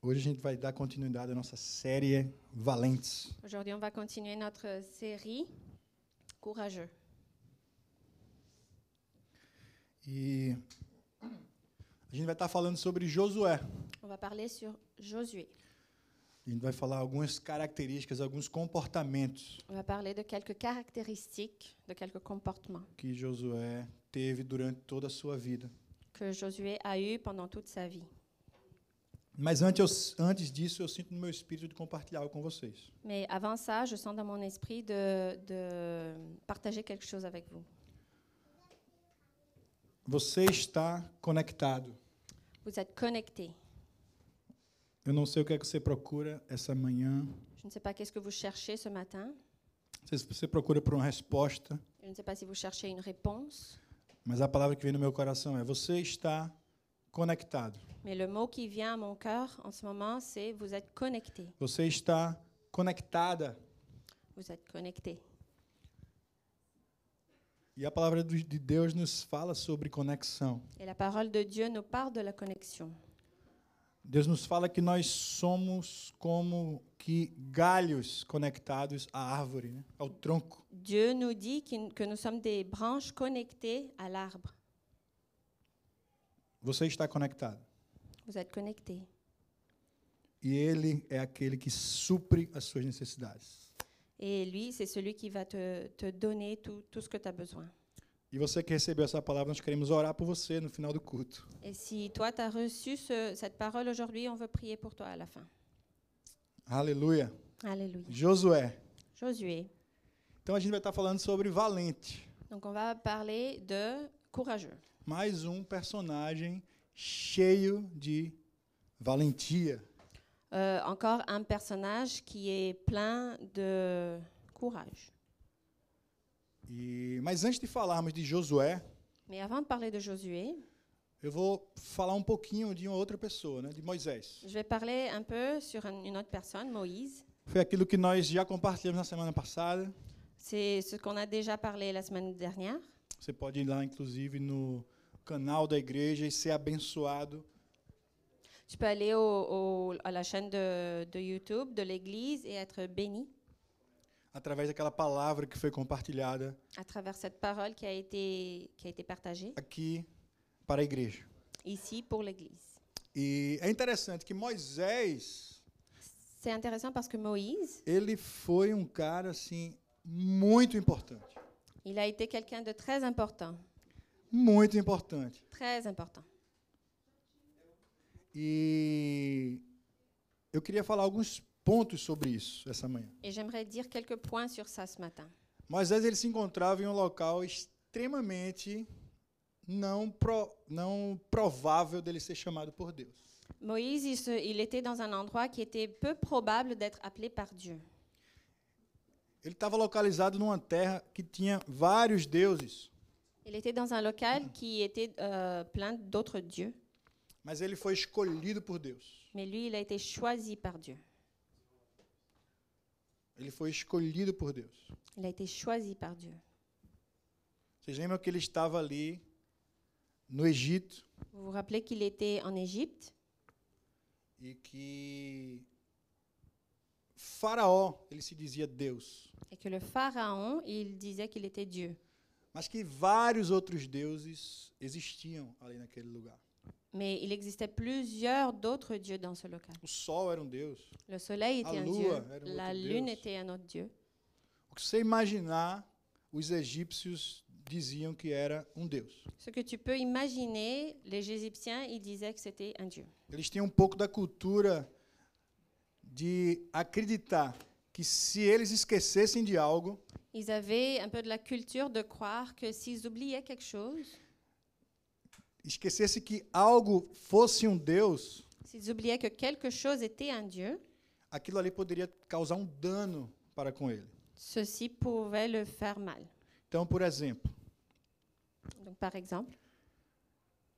Hoje a gente vai dar continuidade à nossa série Valentes. Aujourd'hui, on va continuer notre série Courageux. E a gente vai estar falando sobre Josué. On va parler sur Josué. A gente vai falar algumas características, alguns comportamentos On va parler de quelques caractéristiques, de quelques comportements que Josué teve durante toda a sua vida. que Josué a eu pendant toute sa vie. Mas antes, eu- antes disso, eu sinto no meu espírito de compartilhar algo com vocês. Mais avant ça, je sens dans mon esprit de, de partager quelque chose avec vous. Você está conectado. Vous êtes connectés. Eu não sei o que é que você procura essa manhã. Je ne sais pas qu'est-ce que vous cherchez ce matin. Não sei se você procura por uma resposta, Je ne sais pas si vous cherchez une réponse. mas a palavra que vem no meu coração é: você está conectado. Mais le mot qui vient à mon cœur en ce moment, c'est vous êtes connectés. Você está conectada. Vous êtes connectés. E a palavra do- de Deus nos fala sobre conexão. Et la parole de Dieu nous parle de la connexion. Deus nos fala que nós somos como que galhos conectados à árvore, né? ao tronco. Dieu nous dit qu'il- que nous sommes des branches connectées à l'arbre. Você está conectado. Vous êtes connectés. E Ele é aquele que supre as suas necessidades. Et lui, c'est celui qui va te, te donner tout, tout ce que tu as besoin. E você que recebeu essa palavra, nós queremos orar por você no final do culto. Et si toi, tu as reçu ce- cette parole aujourd'hui, on veut prier pour toi à la fin. Aleluia. Alléluia. Josué. Josué. Então a gente vai estar falando sobre Valente, Donc, on va parler de courageux. mais um personagem cheio de valentia. Euh, encore un personnage qui est plein de courage. E, mas antes de falarmos de Josué, Mais avant de parler de Josué, Eu vou falar um pouquinho de uma outra pessoa, né, de Moisés. je vais parler un peu sur un- une autre personne, Moïse. Foi aquilo que nós já compartilhamos na semana passada. C'est ce qu'on a déjà parlé la semaine dernière. Você pode ir lá, inclusive, no canal da igreja e ser abençoado. Tu peux aller au- au- à la chaîne de, de YouTube de l'Église et être béni Através daquela palavra que foi compartilhada à travers cette parole qui a été, qui a été partagée aqui para a igreja. ici pour l'Église. E é interessante que Moisés, C'est intéressant parce que Moïse, ele foi um cara, assim, muito importante. il a été quelqu'un de très important, Muito importante. très important. E eu queria falar alguns pontos sobre isso essa manhã. Et j'aimerais dire quelques points sur ça ce matin. Moisés ele se encontrava em um local extremamente não, pro, não provável dele ser chamado por Deus. Moïse, il, se- il était dans un endroit qui était peu probable d'être appelé par Dieu. Ele estava localizado numa terra que tinha vários deuses, Il était dans un local qui était euh, plein d'autres dieux, mas ele foi escolhido por Deus. mais lui, il a été choisi par Dieu. Ele foi escolhido por Deus. Il a été choisi par Dieu. Vocês lembram que ele estava ali no Egito Vous vous rappelez qu'il était en Égypte e que Faraó, ele se dizia Deus, et que le Pharaon, il disait qu'il était Dieu. mas que vários outros deuses existiam ali naquele lugar. Mais il existait plusieurs d'autres dieux dans ce local. O sol era um deus, Le soleil La était un lua dieu, era un la autre lune dieu. était un autre dieu. O que você imaginar, os egípcios diziam que era um deus. Ce que tu peux imaginer, les Égyptiens, ils disaient que c'était un dieu. Eles tinham um pouco da cultura de acreditar que se eles esquecessem de algo, Ils avaient un peu de la culture de croire que s'ils oubliaient quelque chose, esquecesse que algo fosse um deus, s'ils oubliaient que quelque chose était un dieu, aquilo ali poderia causar um dano para com ele. ceci pouvait le faire mal. Então, por exemplo, Donc, par exemple,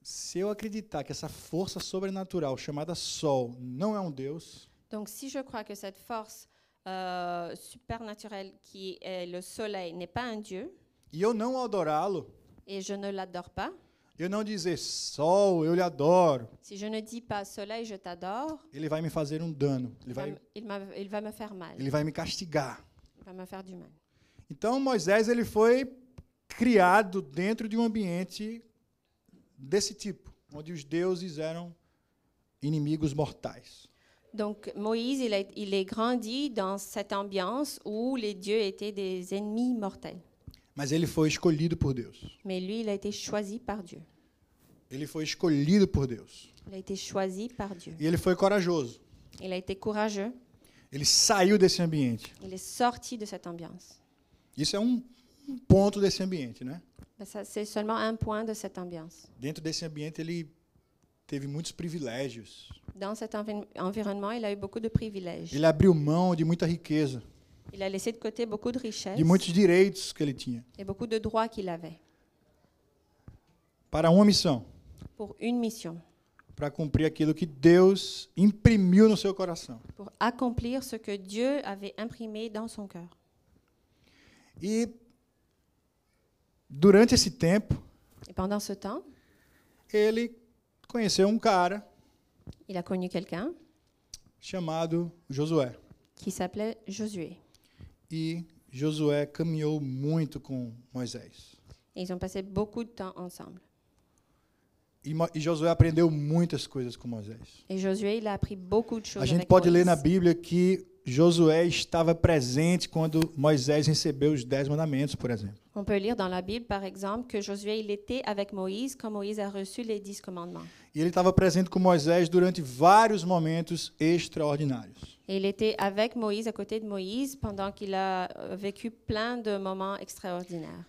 se eu acreditar que essa força sobrenatural chamada sol não é um deus, donc si je crois que cette force euh, supernaturelle qui est le soleil n'est pas un dieu e eu não adorá-lo, et je ne l'adore pas, Eu não dizer sol, eu lhe adoro, Si je ne dis pas soleil, je t'adore, ele vai me fazer um dano, ele il va vai, me- il m'a- il va me faire mal, ele vai me castigar. il va me faire du mal. Então Moisés ele foi criado dentro de um ambiente desse tipo, onde os deuses eram inimigos mortais. Donc Moïse, il, est- il est grandi dans cette ambiance où les dieux étaient des ennemis mortels. Mas ele foi escolhido por Deus. Mais lui, il a été choisi par Dieu. Ele foi escolhido por Deus. Il a été choisi par Dieu. E ele foi corajoso. Il a été courageux. Ele saiu desse ambiente. Il est sorti de cette ambiance. Isso é um um ponto desse ambiente, né? Ben, ça, c'est seulement un point de cette ambiance. Dentro desse ambiente ele teve muitos privilégios. Dans cet envi- environnement, il a eu beaucoup de privilèges. Ele abriu mão de muita riqueza, Il a laissé de côté beaucoup de richesses de muitos direitos que ele tinha et beaucoup de droits qu'il avait para uma missão. pour une mission, para cumprir aquilo que Deus imprimiu no seu coração. pour accomplir ce que Dieu avait imprimé dans son cœur. E durante esse tempo, Et pendant ce temps, ele conheceu um cara il a connu quelqu'un chamado Josué. qui s'appelait Josué. E Josué caminhou muito com Moisés. Et ils ont passé beaucoup de temps ensemble. E, Mo- e Josué aprendeu muitas coisas com Moisés. Et Josué, il a appris beaucoup de choses. A gente avec pode ler Moïse. na Bíblia que Josué estava presente quando Moisés recebeu os dez mandamentos, por exemplo. On peut lire dans la Bible, par exemple, que Josué, il était avec Moïse quand Moïse a reçu les dix commandements. E ele estava presente com Moisés durante vários momentos extraordinários. Et il était avec Moïse, à côté de Moïse, pendant qu'il a euh, vécu plein de moments extraordinaires.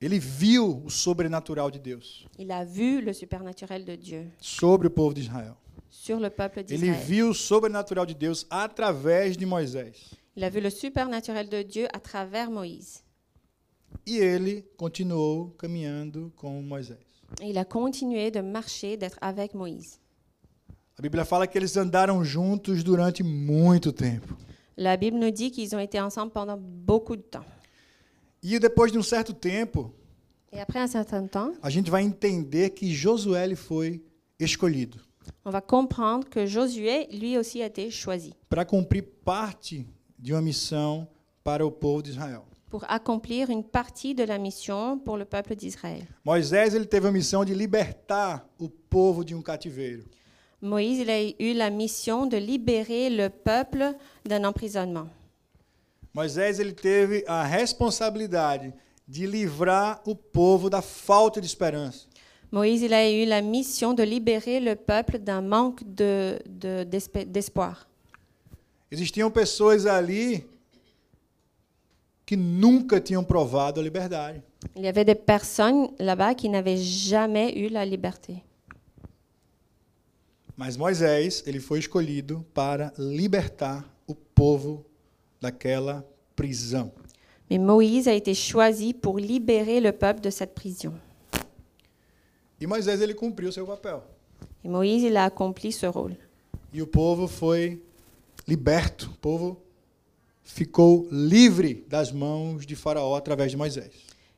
Ele viu o sobrenatural de Deus Il a vu le supernaturel de Dieu sobre o povo de Israel. sur le peuple Ele d'Israël. viu o sobrenatural de Deus através de Moisés. Il a vu le supernaturel de Dieu à travers Moïse. E ele continuou caminhando com Moisés. Et il a continué de marcher, d'être avec Moïse. A Bíblia fala que eles andaram juntos durante muito tempo. La Bible nous dit qu'ils ont été ensemble pendant beaucoup de temps. E depois de um certo tempo, Et après un certain temps, a gente vai entender que Josué ele foi escolhido on va comprendre que Josué, lui aussi, a été choisi para cumprir parte de uma missão para o povo de Israel. pour accomplir une partie de la mission pour le peuple d'Israël. Moisés ele teve a missão de libertar o povo de um cativeiro. Moïse il a eu la mission de libérer le peuple d'un emprisonnement. Moisés ele teve a responsabilidade de livrar o povo da falta de esperança. Moïse il a eu la mission de libérer le peuple d'un manque de- de- d'espé- d'espoir. Existiam pessoas ali que nunca tinham provado a liberdade. il y avait des personnes là-bas qui n'avaient jamais eu la liberté. Mas Moisés, ele foi escolhido para libertar o povo daquela prisão. Mais Moïse a été choisi pour libérer le peuple de cette prison. E Moisés ele cumpriu seu papel. Et Moïse il a accompli ce rôle. E o povo foi liberto. O povo ficou livre das mãos de Faraó através de Moisés.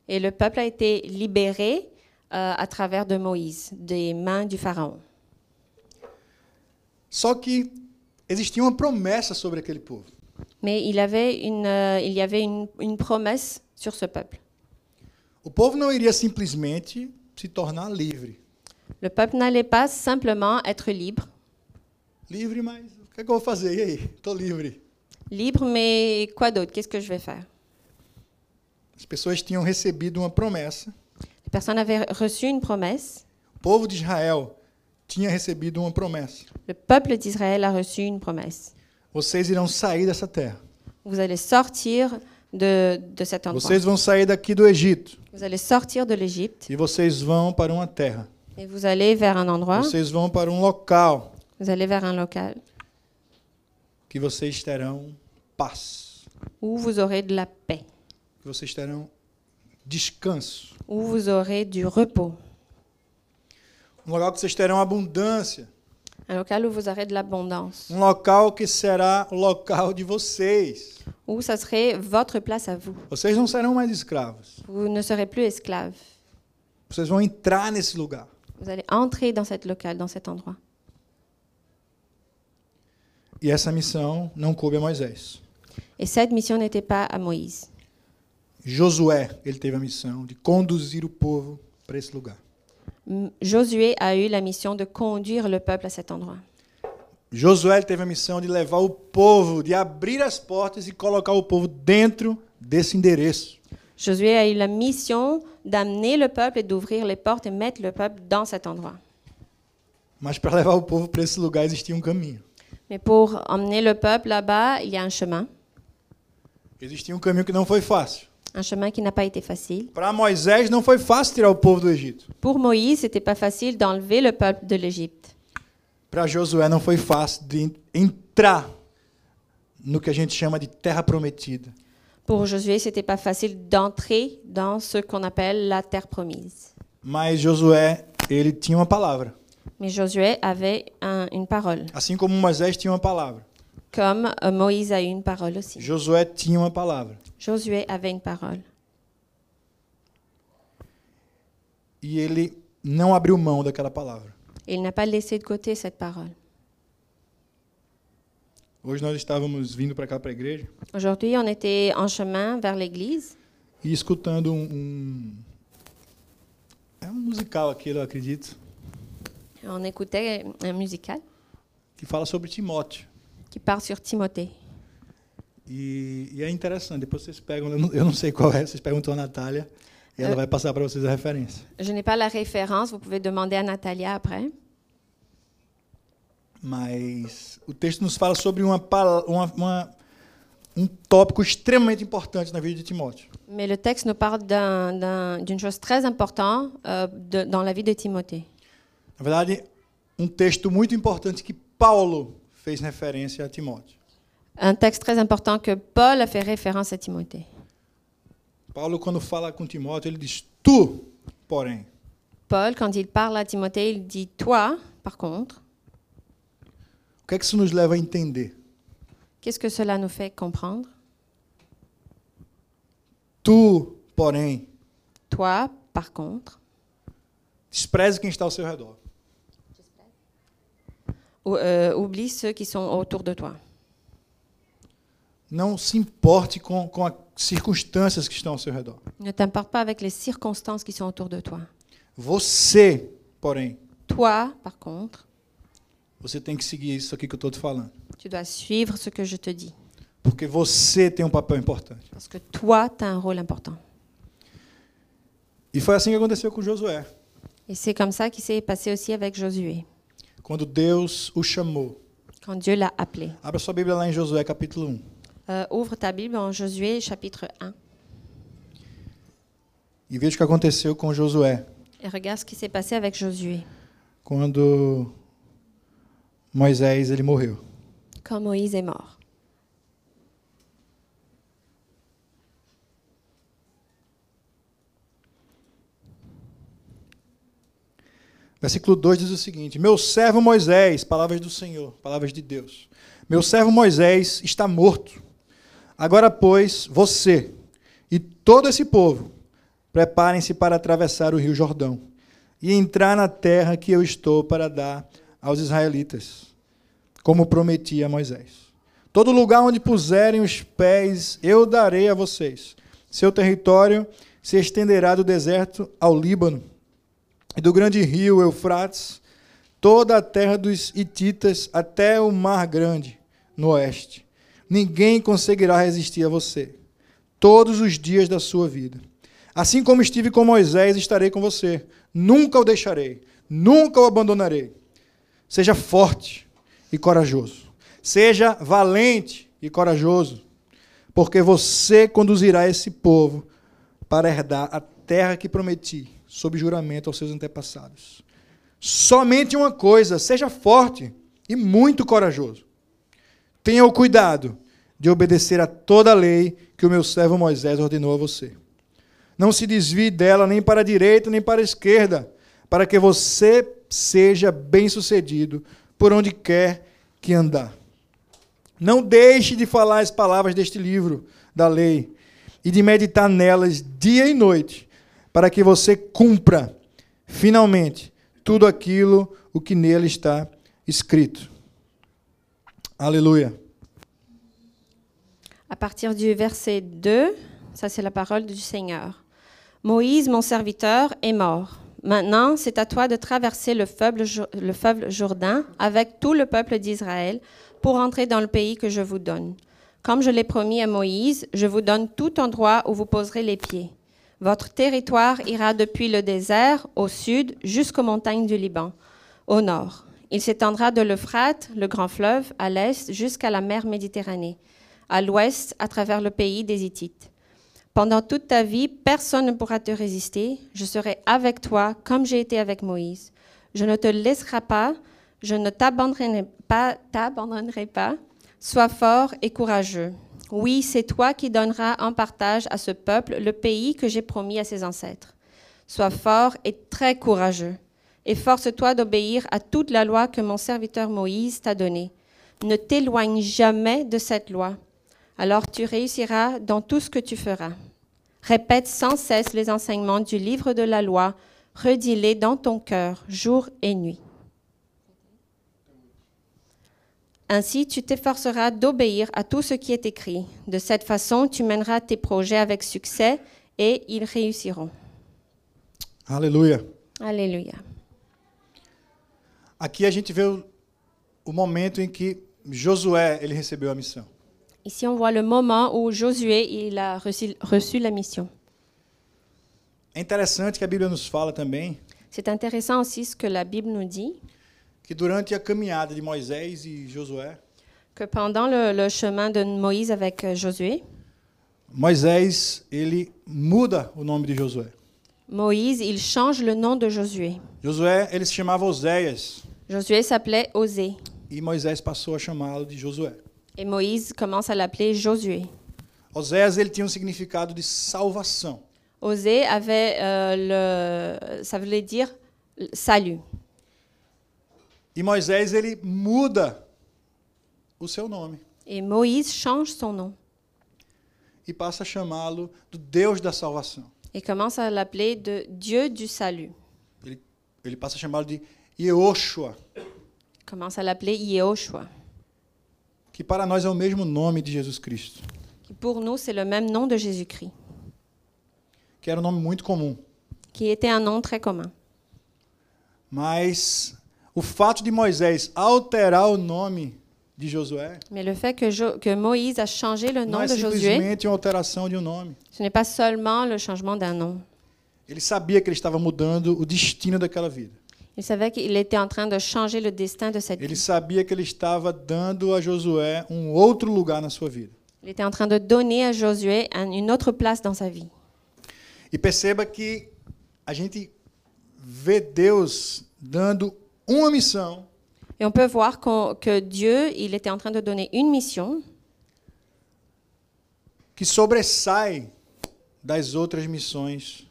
Et le peuple a été libéré euh, à travers de Moïse, des mains du Pharaon. Só que existia uma promessa sobre aquele povo. Mais il, avait une, euh, il y avait une, une promesse sur ce peuple. O povo não iria simplesmente se tornar livre. Le peuple n'allait pas simplement être libre. Livre, mas o que, é que eu vou fazer? E aí? Estou livre. Libre, mais quoi d'autre Qu'est-ce que je vais faire As pessoas tinham recebido uma promessa. Les personnes avaient reçu une promesse. O povo de Israel tinha recebido uma promessa. Le peuple d'Israël a reçu une promesse. Vocês irão sair dessa terra. Vous allez sortir de, de cet endroit. Vocês vão sair daqui do Egito. Vous allez sortir de l'Égypte E vocês vão para uma terra. et vous allez vers un endroit, Vocês vão para um local vous allez vers un local que vocês terão paz. où vous aurez de la paix, Que vocês terão descanso. où vous aurez du repos, Um local que vocês terão abundância. un local où vous aurez de l'abondance, Um local que será o local de vocês. où ça serait votre place à vous. Vocês não serão mais escravos. Vous ne serez plus esclave. Vocês vão entrar nesse lugar. Vous allez entrer dans cette locale, dans cet endroit. E essa missão não coube a Moisés. Et cette mission n'était pas à Moïse. Josué, ele teve a missão de conduzir o povo para esse lugar. M- Josué a eu la mission de conduire le peuple à cet endroit. Josué ele teve a missão de levar o povo, de abrir as portas e colocar o povo dentro desse endereço. Josué a eu la mission d'amener le peuple et d'ouvrir les portes et mettre le peuple dans cet endroit. Mas para levar o povo para esse lugar existia um caminho. Mais pour emmener le peuple là-bas, il y a un chemin, Existia um caminho que não foi fácil. un chemin qui n'a pas été facile. Para Moisés não foi fácil tirar o povo do Egito. Pour Moïse, c'était pas facile d'enlever le peuple de l'Égypte. Para Josué não foi fácil de en- entrar no que a gente chama de terra prometida. Pour Josué, c'était pas facile d'entrer dans ce qu'on appelle la terre promise. Mas Josué, ele tinha uma palavra. Mais Josué avait un- une parole, Assim como Moisés tinha uma palavra. comme euh, Moïse a eu une parole aussi. Josué tinha uma palavra. Josué avait une parole. E ele não abriu mão daquela palavra. Il n'a pas laissé de côté cette parole. Hoje nós estávamos vindo para cá, para a igreja, Aujourd'hui, on était en chemin vers l'église e escutando um, um- É um musical aquilo, eu acredito, On écoutait un musical que fala sobre Timóteo. qui parle sur Timothée. E, e é interessante, depois vocês pegam, eu não, eu não sei qual é, vocês perguntam a Natália e ela É. vai passar para vocês a referência. Je n'ai pas la référence, vous pouvez demander à Natalia après. Mas o texto nos fala sobre uma, pala- uma, uma- um tópico extremamente importante na vida de Timóteo. Mais le texte nous parle d'un- d'un- d'une chose très importante euh, de- dans la vie de Timothée. Na verdade, um texto muito importante que Paulo fez referência a Timóteo. Un texte très important que Paul a fait référence à Timothée. Paulo, quando fala com Timóteo, ele diz: Tu, porém. Paul, quand il parle à Timothée, il dit Toi, par contre, O que é que isso nos leva a entender? qu'est-ce que cela nous fait comprendre Tu, porém, Toi, par contre, despreze quem está ao seu redor. ou- euh, oublie ceux qui sont autour de toi. Não se importe com, com as circunstâncias que estão ao seu redor. Ne t'importe pas avec les circonstances qui sont autour de toi. Você, porém, Toi, par contre, você tem que seguir isso aqui que eu estou te falando. tu dois suivre ce que je te dis. Porque você tem um papel importante. Parce que toi, tu as un rôle important. E foi assim que aconteceu com Josué. Et c'est comme ça qu'il s'est passé aussi avec Josué, Quando Deus o chamou. quand Dieu l'a appelé. Abra sua Bíblia lá em Josué, capítulo 1. Euh, ouvre ta Bible en Josué chapitre 1 E veja o que aconteceu com Josué. et regarde ce qui s'est passé avec Josué Quando Moisés ele morreu. quand Moïse est mort. Versículo 2 diz o seguinte: Meu servo Moisés, palavras do Senhor, palavras de Deus. Meu servo Moisés está morto. Agora, pois, você e todo esse povo, preparem-se para atravessar o rio Jordão e entrar na terra que eu estou para dar aos israelitas, como prometi a Moisés. Todo lugar onde puserem os pés, eu darei a vocês. Seu território se estenderá do deserto ao Líbano e do grande rio Eufrates, toda a terra dos Hititas até o Mar Grande, no oeste. Ninguém conseguirá resistir a você, todos os dias da sua vida. Assim como estive com Moisés, estarei com você. Nunca o deixarei, nunca o abandonarei. Seja forte e corajoso. Seja valente e corajoso, porque você conduzirá esse povo para herdar a terra que prometi, sob juramento aos seus antepassados. Somente uma coisa: seja forte e muito corajoso. Tenha o cuidado de obedecer a toda a lei que o meu servo Moisés ordenou a você. Não se desvie dela nem para a direita nem para a esquerda, para que você seja bem-sucedido por onde quer que andar. Não deixe de falar as palavras deste livro da lei e de meditar nelas dia e noite, para que você cumpra finalmente tudo aquilo o que nele está escrito. Aleluia. À partir du verset 2, ça c'est la parole du Seigneur. Moïse, mon serviteur, est mort. Maintenant, c'est à toi de traverser le faible, Jo- le faible Jourdain avec tout le peuple d'Israël pour entrer dans le pays que je vous donne. Comme je l'ai promis à Moïse, je vous donne tout endroit où vous poserez les pieds. Votre territoire ira depuis le désert au sud jusqu'aux montagnes du Liban, au nord. Il s'étendra de l'Euphrate, le grand fleuve, à l'est jusqu'à la mer Méditerranée, à l'ouest à travers le pays des Hittites. Pendant toute ta vie, personne ne pourra te résister. Je serai avec toi comme j'ai été avec Moïse. Je ne te laisserai pas, je ne t'abandonnerai pas, t'abandonnerai pas. Sois fort et courageux. Oui, c'est toi qui donneras en partage à ce peuple le pays que j'ai promis à ses ancêtres. Sois fort et très courageux. Efforce-toi d'obéir à toute la loi que mon serviteur Moïse t'a donnée. Ne t'éloigne jamais de cette loi. Alors tu réussiras dans tout ce que tu feras. Répète sans cesse les enseignements du livre de la loi, redis-les dans ton cœur jour et nuit. Ainsi, tu t'efforceras d'obéir à tout ce qui est écrit. De cette façon, tu mèneras tes projets avec succès et ils réussiront. Aleluia. Alléluia. Aqui a gente vê o, o momento em que Josué ele recebeu a missão. Ici, on voit le moment où Josué il a reçu, reçu la mission. É interessante que a Bíblia nos fala também C'est intéressant aussi ce que la Bible nous dit, que durante a caminhada de Moisés e Josué, que pendant le, le chemin de Moïse avec euh, Josué, Moisés ele muda o nome de Josué. Moïse, il change le nom de Josué. Josué ele se chamava Oséias Josué s'appelait Osée e Moisés passou a chamá-lo de Josué. et Moïse commence à l'appeler Josué. Oséias ele tinha um significado de salvação. Osée avait euh, le, ça voulait dire salut. E Moisés ele muda o seu nome Et Moïse change son nom e passa a chamá-lo do Deus da salvação. et commence à l'appeler de Dieu du salut. Ele, ele passa a chamá-lo de Yehoshua, Il commence à l'appeler Yehoshua, que para nós é o mesmo nome de Jesus Cristo, qui pour nous c'est le même nom de Jésus-Christ, que era um nome muito comum. qui était un nom très commun. Mas o fato de Moisés alterar o nome de Josué Mais le fait que, Jo- que Moïse a changé le não nom é de Josué, simplesmente uma alteração de um nome. ce n'est pas seulement le changement d'un nom. Ele sabia que ele estava mudando o destino daquela vida. Il savait qu'il était en train de changer le destin de cette Ele sabia que ele estava dando a Josué um outro lugar na sua vida. Il était en train de donner à Josué un- une autre place dans sa vie. E perceba que a gente vê Deus dando uma missão Et on peut voir qu'on- que Dieu, il était en train de donner une mission que sobressai das outras missões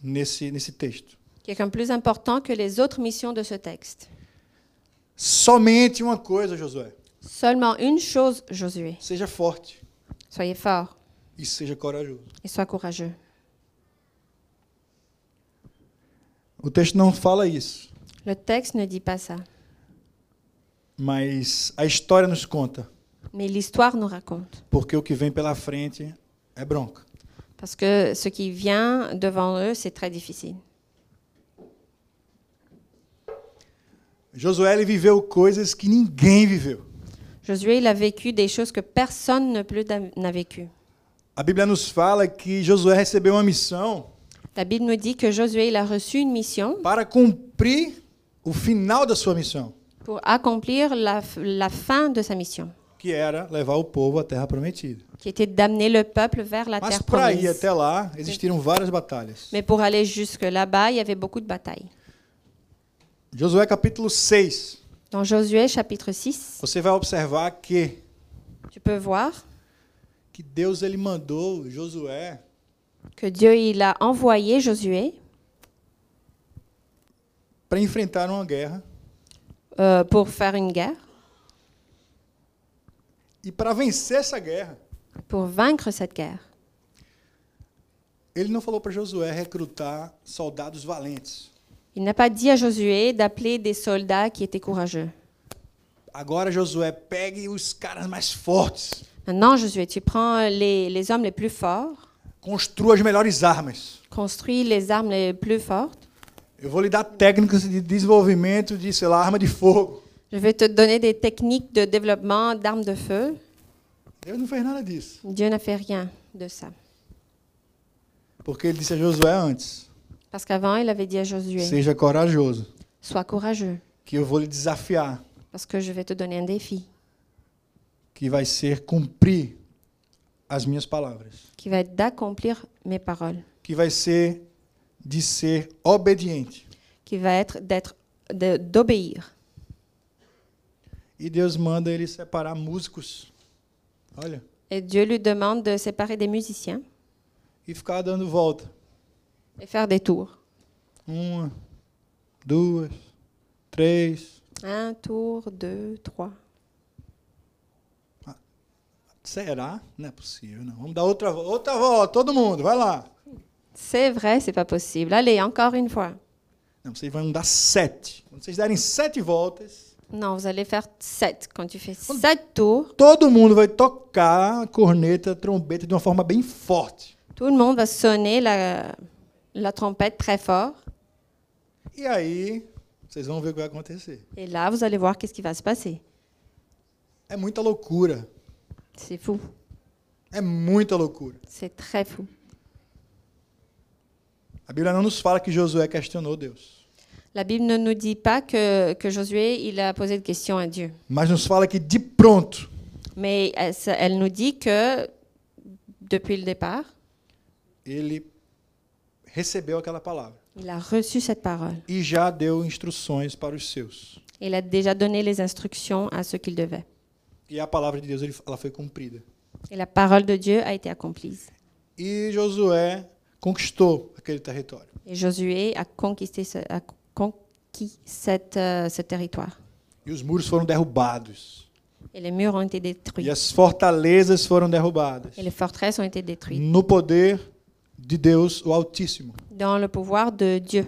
nesse, nesse texto. qui est comme plus important que les autres missions de ce texte. Somente uma coisa, Josué: Seulement une chose, Josué, seja forte soyez fort e seja corajoso. et sois courageux. O texto não fala isso, Le texte ne dit pas ça, mas a história nos conta, mais l'histoire nous raconte. porque o que vem pela frente é bronca. Parce que ce qui vient devant eux, c'est très difficile. Josué ele viveu coisas que ninguém viveu. Josué, il a vécu des choses que personne ne plus d'a- n'a vécues. A Bíblia nos fala que Josué recebeu uma missão La Bible nous dit que Josué, il a reçu une mission para cumprir o final da sua missão, pour accomplir la f- la fin de sa mission. que era levar o povo à terra prometida. qui était d'amener le peuple vers la Mas terre para ir promise. até lá, existiram várias batalhas. Mais pour aller jusque là-bas, il y avait beaucoup de batailles. Josué capítulo 6. Dans Josué chapitre 6, Você vai observar que tu peux voir que Deus ele mandou Josué que Dieu il a envoyé Josué para enfrentar uma guerra euh, pour faire une guerre, e para vencer essa guerra, pour vaincre cette guerre. ele não falou para Josué recrutar soldados valentes. Il n'a pas dit à Josué d'appeler des soldats qui étaient courageux. Agora, Josué, pegue os caras mais fortes. Maintenant, Josué, tu prends euh, les, les hommes les plus forts, Construa as melhores armas. construis les armes les plus fortes. Eu vou lhe dar técnicas de desenvolvimento de, sei lá, arma de fogo. Je vais te donner des techniques de développement d'armes de feu. Deus não fez nada disso. Dieu n'a fait rien de ça. Porque ele disse a Josué antes: Parce qu'avant, il avait dit à Josué, Seja corajoso, sois courageux, que eu vou lhe desafiar, parce que je vais te donner un défi que vai ser cumprir as minhas palavras, qui va être d'accomplir mes paroles, que vai ser de ser obediente. qui va être d'être de- d'obéir. E Deus manda ele separar músicos. Olha, Et Dieu lui demande de séparer des musiciens e ficar dando volta. et faire des tours. Uma, duas, três, Un tour, deux, trois. Será? Não é possível, não. Vamos dar outra, vo- outra volta, todo mundo, vai lá. C'est vrai, c'est pas possible. Allez, encore une fois. Não, vocês vão dar sete. Quando vocês derem sete voltas, Non, vous allez faire sept. Quand tu fais sept tours, todo mundo vai tocar a corneta, a trombeta de uma forma bem forte. tout le monde va sonner la, la trompette très fort. E aí, vocês vão ver o que vai acontecer. Et là, vous allez voir qu'est-ce qui va se passer. É muita loucura. C'est fou. É muita loucura. C'est très fou. A Bíblia não nos fala que Josué questionou Deus, La Bible ne nous dit pas que, que Josué il a posé de questions à Dieu, mas nos fala que de pronto mais elle, ça- elle nous dit que depuis le départ, ele recebeu aquela palavra il a reçu cette parole. e já deu instruções para os seus. Il a déjà donné les instructions à ce qu'il devait. E a palavra de Deus ele- ela foi cumprida. Et la parole de Dieu a été accomplie. E Josué conquistou aquele território. Et Josué a conquisté ce, a conquis cette, euh, ce territoire. E os muros foram derrubados. Et les murs ont été E détruits. as fortalezas foram derrubadas. Et les forteresses ont été détruites. No poder de Deus, o Altíssimo. Dans le pouvoir de Dieu.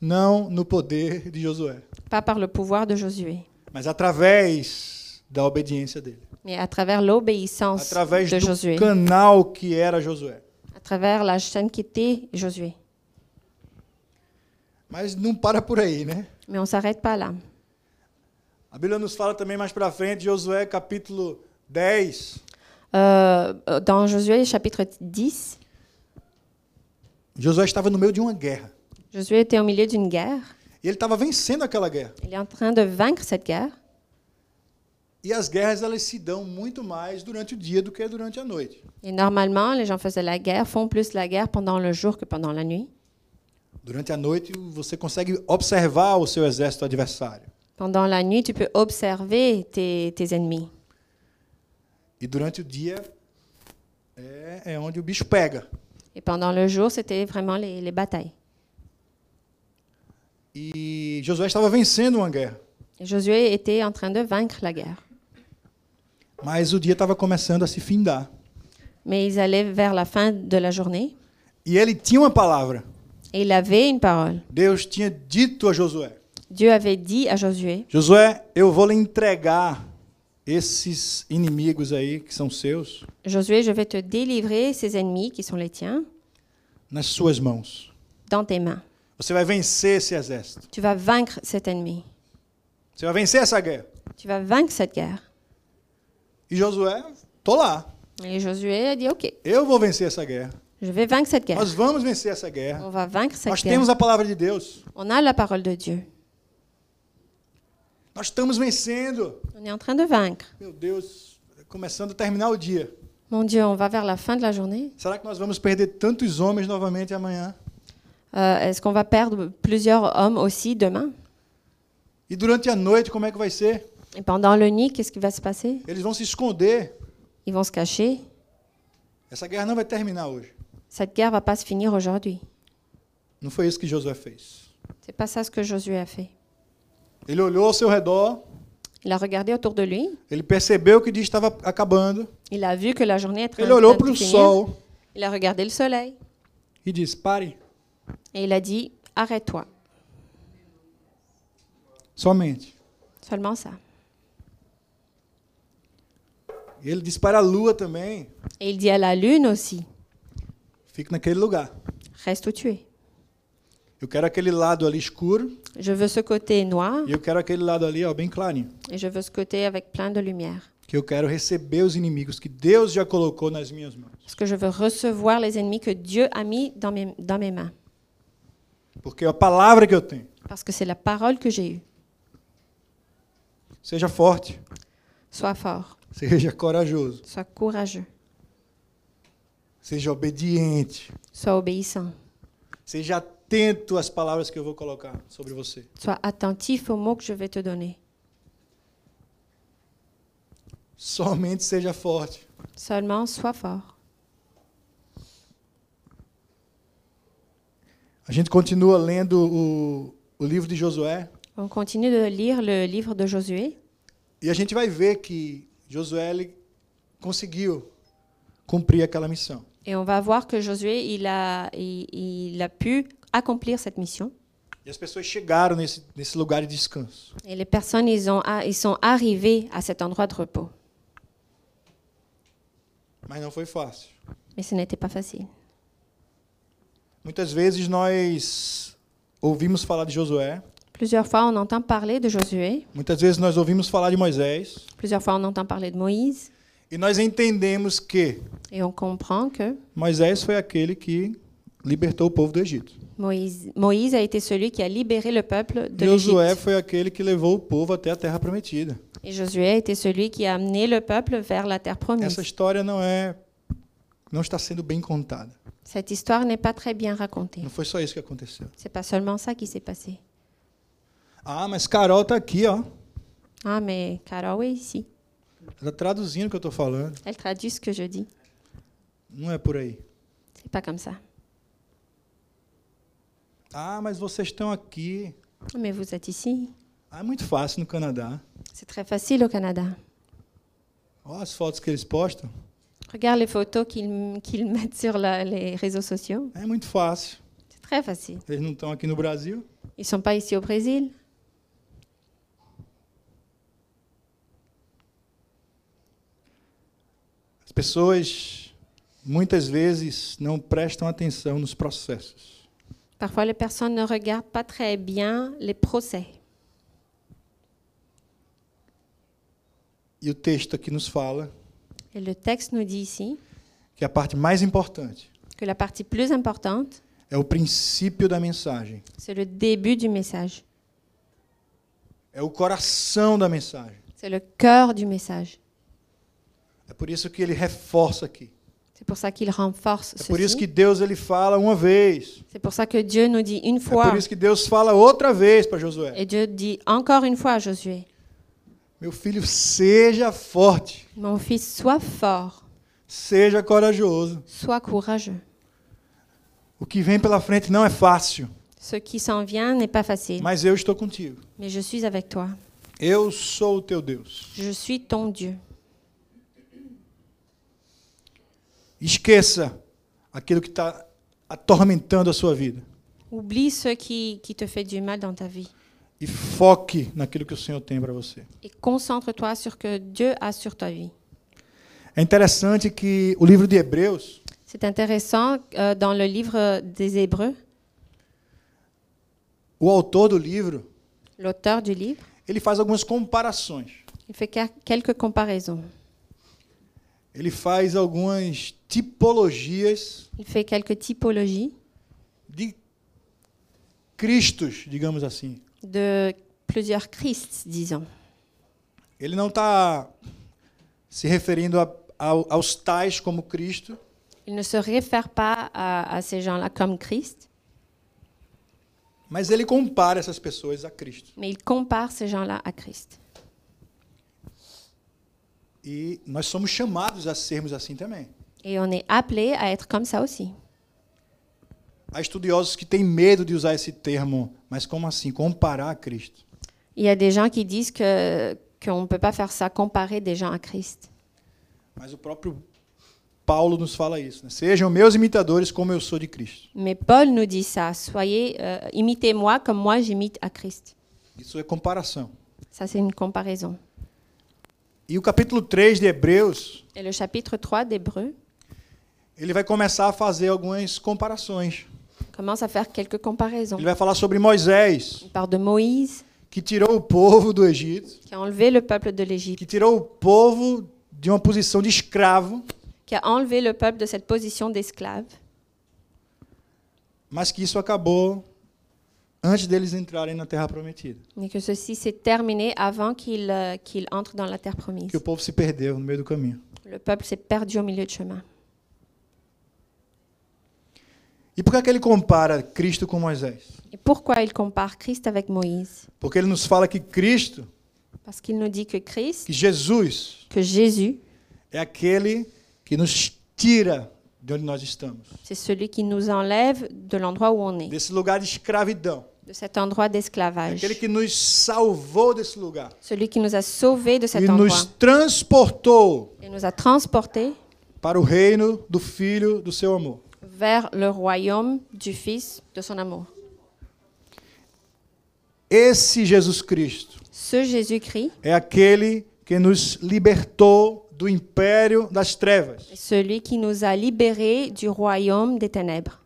Não no poder de Josué, Pas par le pouvoir de Josué, mas através da obediência dele. mais à travers l'obéissance Através de do Josué. canal que era Josué. à travers la chaîne qui était Josué. Mas não para por aí, né? Mais on ne s'arrête pas là. A Bíblia nos fala também mais para frente, Josué capítulo 10. Euh, dans Josué chapitre 10, Josué estava no meio de uma guerra. Josué était au milieu d'une guerre. E ele estava vencendo aquela guerra. Il est en train de vaincre cette guerre. E as guerras elas se dão muito mais durante o dia do que durante a noite. Et normalement, les gens faisaient la guerre, font plus la guerre pendant le jour que pendant la nuit. Durante a noite você consegue observar o seu exército adversário. Pendant la nuit, tu peux observer tes, tes ennemis. E durante o dia é, é onde o bicho pega. Et pendant le jour, c'était vraiment les, les batailles. E Josué estava vencendo uma guerra, Et Josué était en train de vaincre la guerre. mas o dia estava começando a se findar. Mais ils allaient vers la fin de la journée. E ele tinha uma palavra. Et il avait une parole. Deus tinha dito a Josué: Dieu avait dit à Josué, Josué, eu vou lhe entregar esses inimigos aí que são seus Josué, je vais te délivrer ces ennemis qui sont les tiens nas suas mãos. dans tes mains. Você vai vencer esse exército. Tu vas vaincre cet ennemi. Você vai vencer essa guerra. Tu vas vaincre cette guerre. E Josué, tô lá. Et Josué a dit, OK, Eu vou vencer essa guerra. je vais vaincre cette guerre. Nós vamos vencer É. essa guerra. On va vaincre cette Nós guerre. temos a palavra de Deus. On a la parole de Dieu. Nós estamos vencendo. On est en train de vaincre. Meu Deus, começando a terminar o dia. Mon Dieu, on va vers la fin de la journée. Será que nós vamos perder tantos homens novamente amanhã? Euh, Est-ce qu'on va perdre plusieurs hommes aussi demain E durante a noite, como é que vai ser? Et pendant le nid, qu'est-ce qui va se passer Eles vão se esconder. Ils vão se cacher. Essa guerra não vai terminar hoje. Cette guerre va pas se finir aujourd'hui. Não foi isso que Josué fez. C'est pas ça ce que Josué a fait. Ele olhou ao seu redor, Il a regardé autour de lui. ele percebeu que o dia estava acabando. Il a vu que la journée est en Ele olhou train para de o finir. sol Il a regardé le soleil e disse: Pare, et il a dit Arrête-toi, Somente. Seulement ça. E ele disse para a lua também: Et il dit à la lune aussi, fique naquele lugar. reste où tu es. Eu quero aquele lado ali escuro Je veux ce côté noir e eu quero aquele lado ali, ó, bem clarinho. et je veux ce côté avec plein de lumière. Que eu quero receber os inimigos que Deus já colocou nas minhas mãos. Parce que je veux recevoir les ennemis que Dieu a mis dans mes, dans mes mains. Porque a palavra que eu tenho. Parce que c'est la parole que j'ai eue. Seja forte, Sois fort, seja corajoso, sois courageux, seja obediente, sois obéissant, seja atento às palavras que eu vou colocar sobre você. sois attentif aux mots que je vais te donner. Somente seja forte. Seulement, sois fort. A gente continua lendo o, o livro de Josué On continue de lire le livre de Josué e a gente vai ver que Josué ele conseguiu cumprir aquela missão. et on va voir que Josué, il a, il, il a pu accomplir cette mission. E as pessoas chegaram nesse, nesse lugar de descanso. Et les personnes, ils, ont, ah, ils sont arrivés à cet endroit de repos. Mas não foi fácil. Mais ce n'était pas facile. Muitas vezes nós ouvimos falar de Josué, Plusieurs fois, on entend parler de Josué. muitas vezes nós ouvimos falar de Moisés, Plusieurs fois, on entend parler de Moïse. e nós entendemos que Et on comprend que Moisés foi aquele que libertou o povo do Egito. Moïse, Moïse a été celui qui a libéré le peuple de Josué l'Égypte. foi aquele que levou o povo até a terra prometida. Et Josué a été celui qui a amené le peuple vers la terre Essa promise. história não é não está sendo bem contada. Cette histoire n'est pas très bien racontée. Não foi só isso que aconteceu. C'est pas seulement ça qui s'est passé. Ah, mas Carol tá aqui, ó. Ah, mais Caro est ici. Ela Tá traduzindo o que eu tô falando. Elle traduit ce que je dis. Não é por aí. C'est pas comme ça. Ah, mas vocês estão aqui. Oh, Mais vous êtes ici. Ah, é muito fácil no Canadá. C'est très facile au Canada. Ó as fotos que eles postam. Regarde les photos qu'ils qu'ils mettent sur la- les réseaux sociaux. É muito fácil. C'est très facile. Eles não estão aqui no Brasil. Ils sont pas ici au Brésil. As pessoas muitas vezes não prestam atenção nos processos. Parfois, les personnes ne regardent pas très bien les procès. E o texto aqui nos fala Et le texte nous dit ici que a parte mais importante que la partie plus importante, é o princípio da mensagem, c'est le début du message. é o coração da mensagem. C'est le cœur du message. É por isso que ele reforça aqui. C'est pour ça qu'il renforce É por isso que ceci. Deus ele fala uma vez. C'est pour ça que Dieu nous dit une É por fois. isso que Deus fala outra vez para Josué. Et Dieu dit encore une fois à Josué, Meu filho, seja forte, mon fils, sois fort, seja corajoso. sois courageux. O que vem pela frente não é fácil, Ce qui s'en vient n'est pas facile, mas eu estou contigo. mais je suis avec toi. Eu sou o teu Deus. Je suis ton Dieu. Esqueça aquilo que está atormentando a sua vida Oublie ce qui, qui te fait du mal dans ta vie e foque naquilo que o Senhor tem para você. et concentre-toi sur ce que Dieu a sur ta vie. É interessante que o livro de Hebreus C'est intéressant, euh, dans le livre des Hébreux, o autor do livro, l'auteur du livre, ele faz algumas comparações. il fait quel- quelques comparaisons, Ele faz algumas tipologias il fait quelques typologies de Cristos, digamos assim. de plusieurs Christs, disons. Ele não está se referindo a- ao- aos tais como Cristo, Il ne se réfère pas à, à ces gens-là comme Christ, mas ele compara essas pessoas a Cristo. mais il compare ces gens-là à Christ. E nós somos chamados a sermos assim também. Et on est appelé à être comme ça aussi. Há estudiosos que têm medo de usar esse termo, mas como assim? Comparar a Cristo. Il y a des gens qui disent que qu'on ne peut pas faire ça, comparer des gens à Christ. Mas o próprio Paulo nos fala isso. Né? Sejam meus imitadores como eu sou de Cristo. Mais Paul nous dit ça. Soyez, euh, imitez-moi comme moi j'imite à Christ. Isso é comparação. Ça, c'est une comparaison. E o capítulo 3 de Hebreus, Et le chapitre 3 d'Hébreu ele vai começar a fazer algumas comparações. commence à faire quelques comparaisons. Ele vai falar sobre Moisés, Il parle de Moïse, que tirou o povo do Egito, qui a enlevé le peuple de l'Égypte, que tirou o povo de uma posição de escravo, qui a enlevé le peuple de cette position d'esclave, mas que isso acabou antes deles entrarem na terra prometida. mais que ceci s'est terminé avant qu'il euh, qu'il entre dans la terre promise. Que o povo se perdeu no meio do caminho. Le peuple s'est perdu au milieu de chemin. E por que, é que ele compara Cristo com Moisés? Et pourquoi il compare Christ avec Moïse Porque ele nos fala que Cristo, Parce qu'il nous dit que Christ, que Jesus, que Jésus, é aquele que nos tira de onde nós estamos, c'est celui qui nous enlève de l'endroit où on est, desse lugar de escravidão. de cet endroit É d'esclavage, aquele que nos salvou desse lugar celui qui nous a sauvés de e cet endroit nos transportou et nous a transportés para o reino do Filho do seu amor. vers le royaume du Fils de son amour. Esse Jesus Cristo Ce Jésus-Christ é aquele que nos libertou do império das trevas. est celui qui nous a libérés du royaume des ténèbres.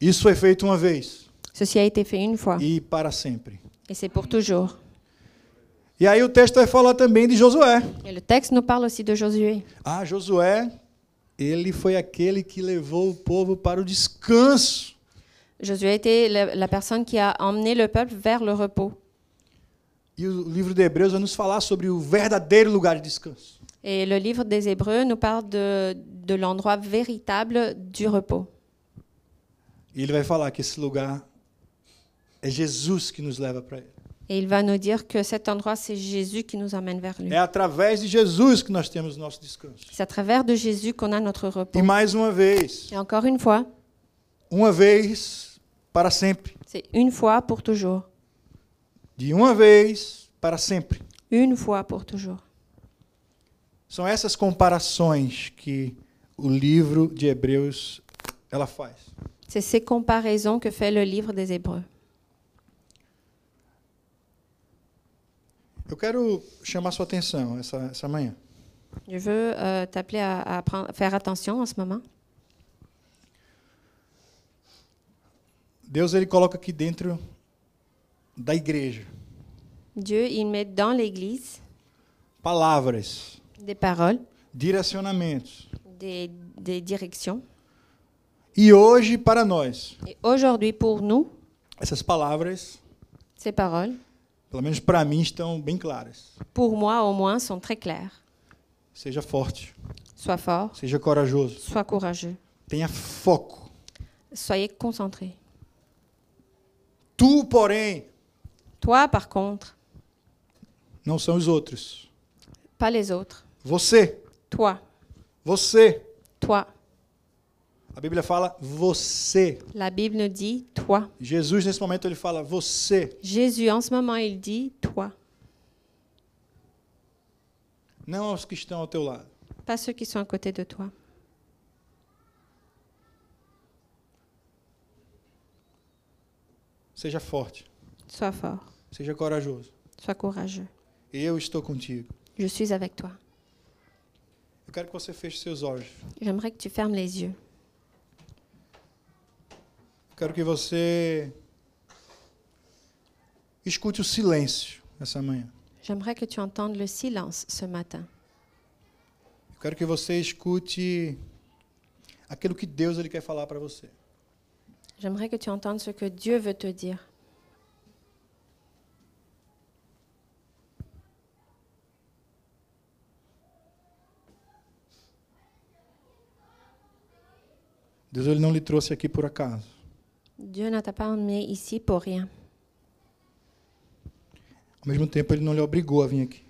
Isso foi feito uma vez Ceci a été fait une fois e para sempre. et c'est pour toujours. E aí o texto vai falar também de Josué. Et le texte nous parle aussi de Josué. Ah, Josué, ele foi aquele que levou o povo para o descanso. Josué était la, la personne qui a emmené le peuple vers le repos. E o livro de Hebreus vai nos falar sobre o verdadeiro lugar de descanso. Et le livre des Hébreux nous parle de, de l'endroit véritable du repos. E ele vai falar que esse lugar é Jesus que nos leva para ele. Et il va nous dire que cet endroit, c'est Jésus qui nous emmène vers lui. É através de Jesus que nós temos o nosso descanso. C'est à travers de Jésus qu'on a notre repos. E mais uma vez, Et encore une fois, uma vez para sempre, c'est une fois pour toujours. de uma vez para sempre. Une fois pour toujours. São essas comparações que o livro de Hebreus ela faz. C'est ces comparaisons que fait le livre des Hébreux. Eu quero chamar sua atenção essa, essa manhã Je veux euh, t'appeler à, à prendre- faire attention en ce moment. Deus ele coloca aqui dentro da igreja Dieu, il met dans l'Église palavras, des paroles, direcionamentos. des, des directions. E hoje para nós, Et aujourd'hui, pour nous, essas palavras, ces paroles, pelo menos para mim, estão bem claras. pour moi au moins, sont très claires. Seja forte, Sois fort, seja corajoso, sois courageux, tenha foco. soyez concentrés. Tu, porém, Toi, par contre, não são os outros. pas les autres. Você, Toi, você. toi. A Bíblia fala você. La Bible nous dit toi. Jesus nesse momento ele fala você. Jésus, en ce moment, il dit toi. Não aos que estão ao teu lado. Pas ceux qui sont à côté de toi. Seja forte, Sois fort, seja corajoso. sois courageux. Eu estou contigo. Je suis avec toi. Eu quero que você feche seus olhos. J'aimerais que tu fermes les yeux. Quero que você escute o silêncio essa manhã. J'aimerais que tu entendes le silence ce matin. Eu quero que você escute aquilo que Deus ele quer falar para você. J'aimerais que tu entendes ce que Dieu veut te dire. Deus ele não lhe trouxe aqui por acaso. Dieu ne t'a pas emmené ici pour rien, Ao mesmo tempo ele não lhe obrigou a vir aqui.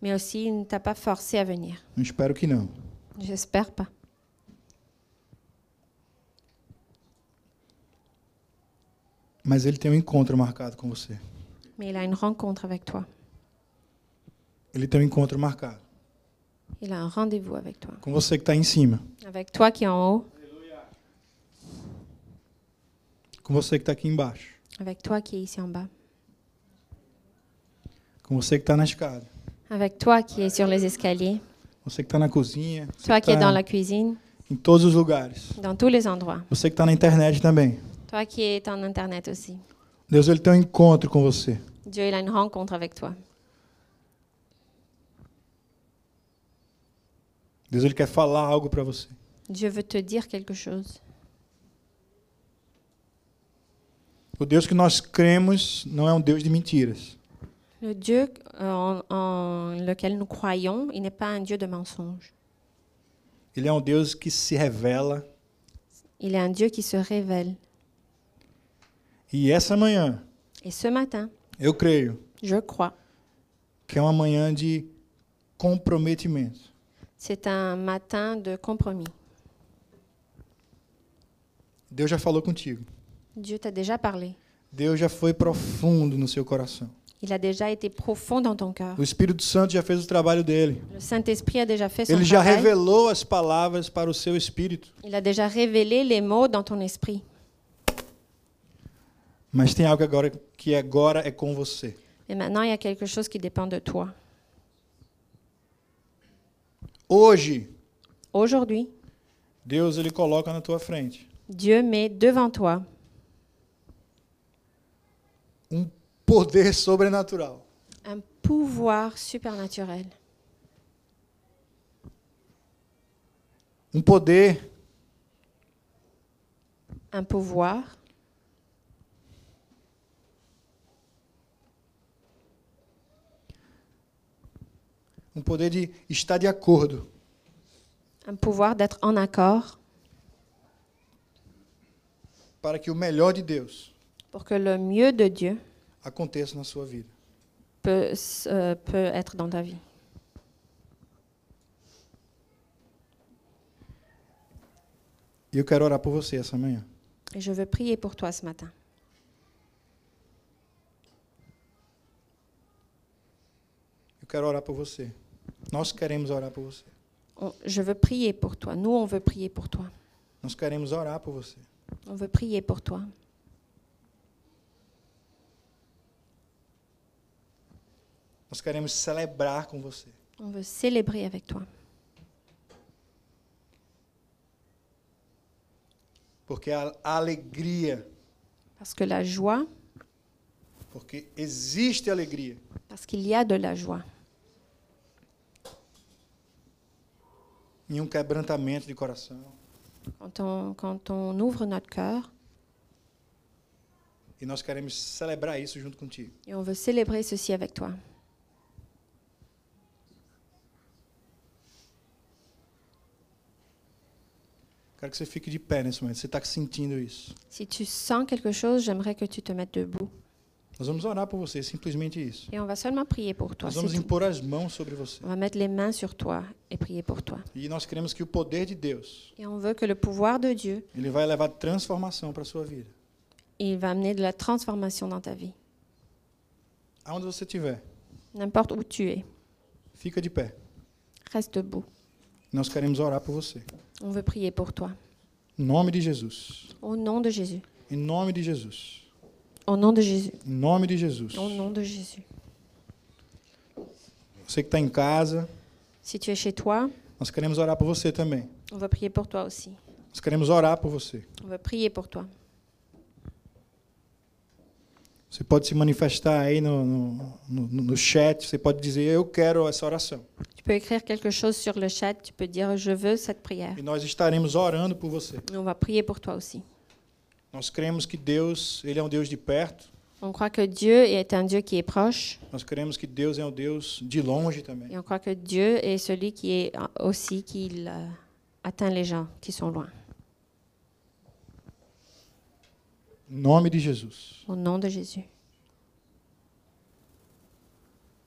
mais aussi il ne t'a pas forcé à venir. Eu espero que não. J'espère pas. Mas ele tem um encontro marcado com você. Mais il a une rencontre avec toi. Ele tem um encontro marcado Il a un rendez-vous avec toi. com você que está em cima, Avec toi qui est en haut, com você que está aqui embaixo. avec toi qui est ici en bas, com você que está na escada, avec toi qui es sur les escaliers, você que está na cozinha, você toi que qui es tá dans la cuisine, em todos os lugares, dans tous les endroits, você que está na internet também. toi qui es en Internet aussi. Deus ele tem um encontro com você. Dieu, il a une rencontre avec toi. Deus ele quer falar algo para você. Dieu veut te dire quelque chose. O Deus que nós cremos não é um Deus de mentiras. Le Dieu euh, en, en lequel nous croyons, il n'est pas un Dieu de mensonges. Ele é um Deus que se revela. Il est un Dieu qui se révèle. E essa manhã, Et ce matin, eu creio je crois, que é uma manhã de comprometimento. c'est un matin de compromis. Deus já falou contigo. Dieu t'a déjà parlé. Deus já foi profundo no seu coração. Il a déjà été profond dans ton cœur. O Espírito Santo já fez o trabalho dele. Le Saint-Esprit a déjà fait son Ele já travail. revelou as palavras para o seu espírito. Il a déjà révélé les mots dans ton esprit. Mas tem algo agora que agora é com você. Mais maintenant, il y a quelque chose qui dépend de toi. Hoje, Aujourd'hui, Deus ele coloca na tua frente Dieu met devant toi um poder sobrenatural. un pouvoir supernaturel, Um poder un pouvoir um poder de estar de acordo, un pouvoir d'être en accord para que o melhor de Deus pour que le mieux de Dieu aconteça na sua vida. peut, s- euh, peut être dans ta vie. E eu quero orar por você essa manhã. Et je veux prier pour toi ce matin. Eu quero orar por você. Nós queremos orar por você. On- je veux prier pour toi. Nous, on veut prier pour toi. Nós queremos orar por você. On veut prier pour toi. Nós queremos celebrar com você. On veut célébrer avec toi. Porque a a alegria, Parce que la joie, porque existe alegria, parce qu'il y a de la joie em um quebrantamento de coração. quand on, quand on ouvre notre cœur E nós queremos celebrar isso junto contigo. et on veut célébrer ceci avec toi. Quero que você fique de pé nesse momento. Você está sentindo isso. Si tu sens quelque chose, j'aimerais que tu te mettes debout. Nós vamos orar por você, simplesmente isso. Et on va seulement prier pour toi. Nós c'est vamos tout. impor as mãos sobre você. On va mettre les mains sur toi et prier pour toi. E nós queremos que o poder de Deus, Et on veut que le pouvoir de Dieu, ele vai levar transformação para a sua vida. il va amener de la transformation dans ta vie. Aonde você estiver, N'importe où tu es, fica de pé. reste debout. Nós queremos orar por você. On veut prier pour toi. Em nome de Jesus. Au nom de Jésus. Em nome de Jesus. Au nom de Jésus. Em nome de Jesus. Au nom de Jésus. Você que está em casa, Si tu es chez toi, nós queremos orar por você também. on va prier pour toi aussi. Nós queremos orar por você. On va prier pour toi. Você pode se manifestar aí no, no, no, no chat. Você pode dizer, eu quero essa oração. Tu peux écrire quelque chose sur le chat. Tu peux dire Je veux cette prière. E nós estaremos orando por você. Et on va prier pour toi aussi. Nós cremos que Deus, Ele é um Deus de perto. On croit que Dieu est un Dieu qui est proche. Nós cremos que Deus é um Deus de longe também. Et on croit que Dieu est celui qui est euh, aussi, qui euh, atteint les gens qui sont loin. Em nome de Jesus. Au nom de Jésus.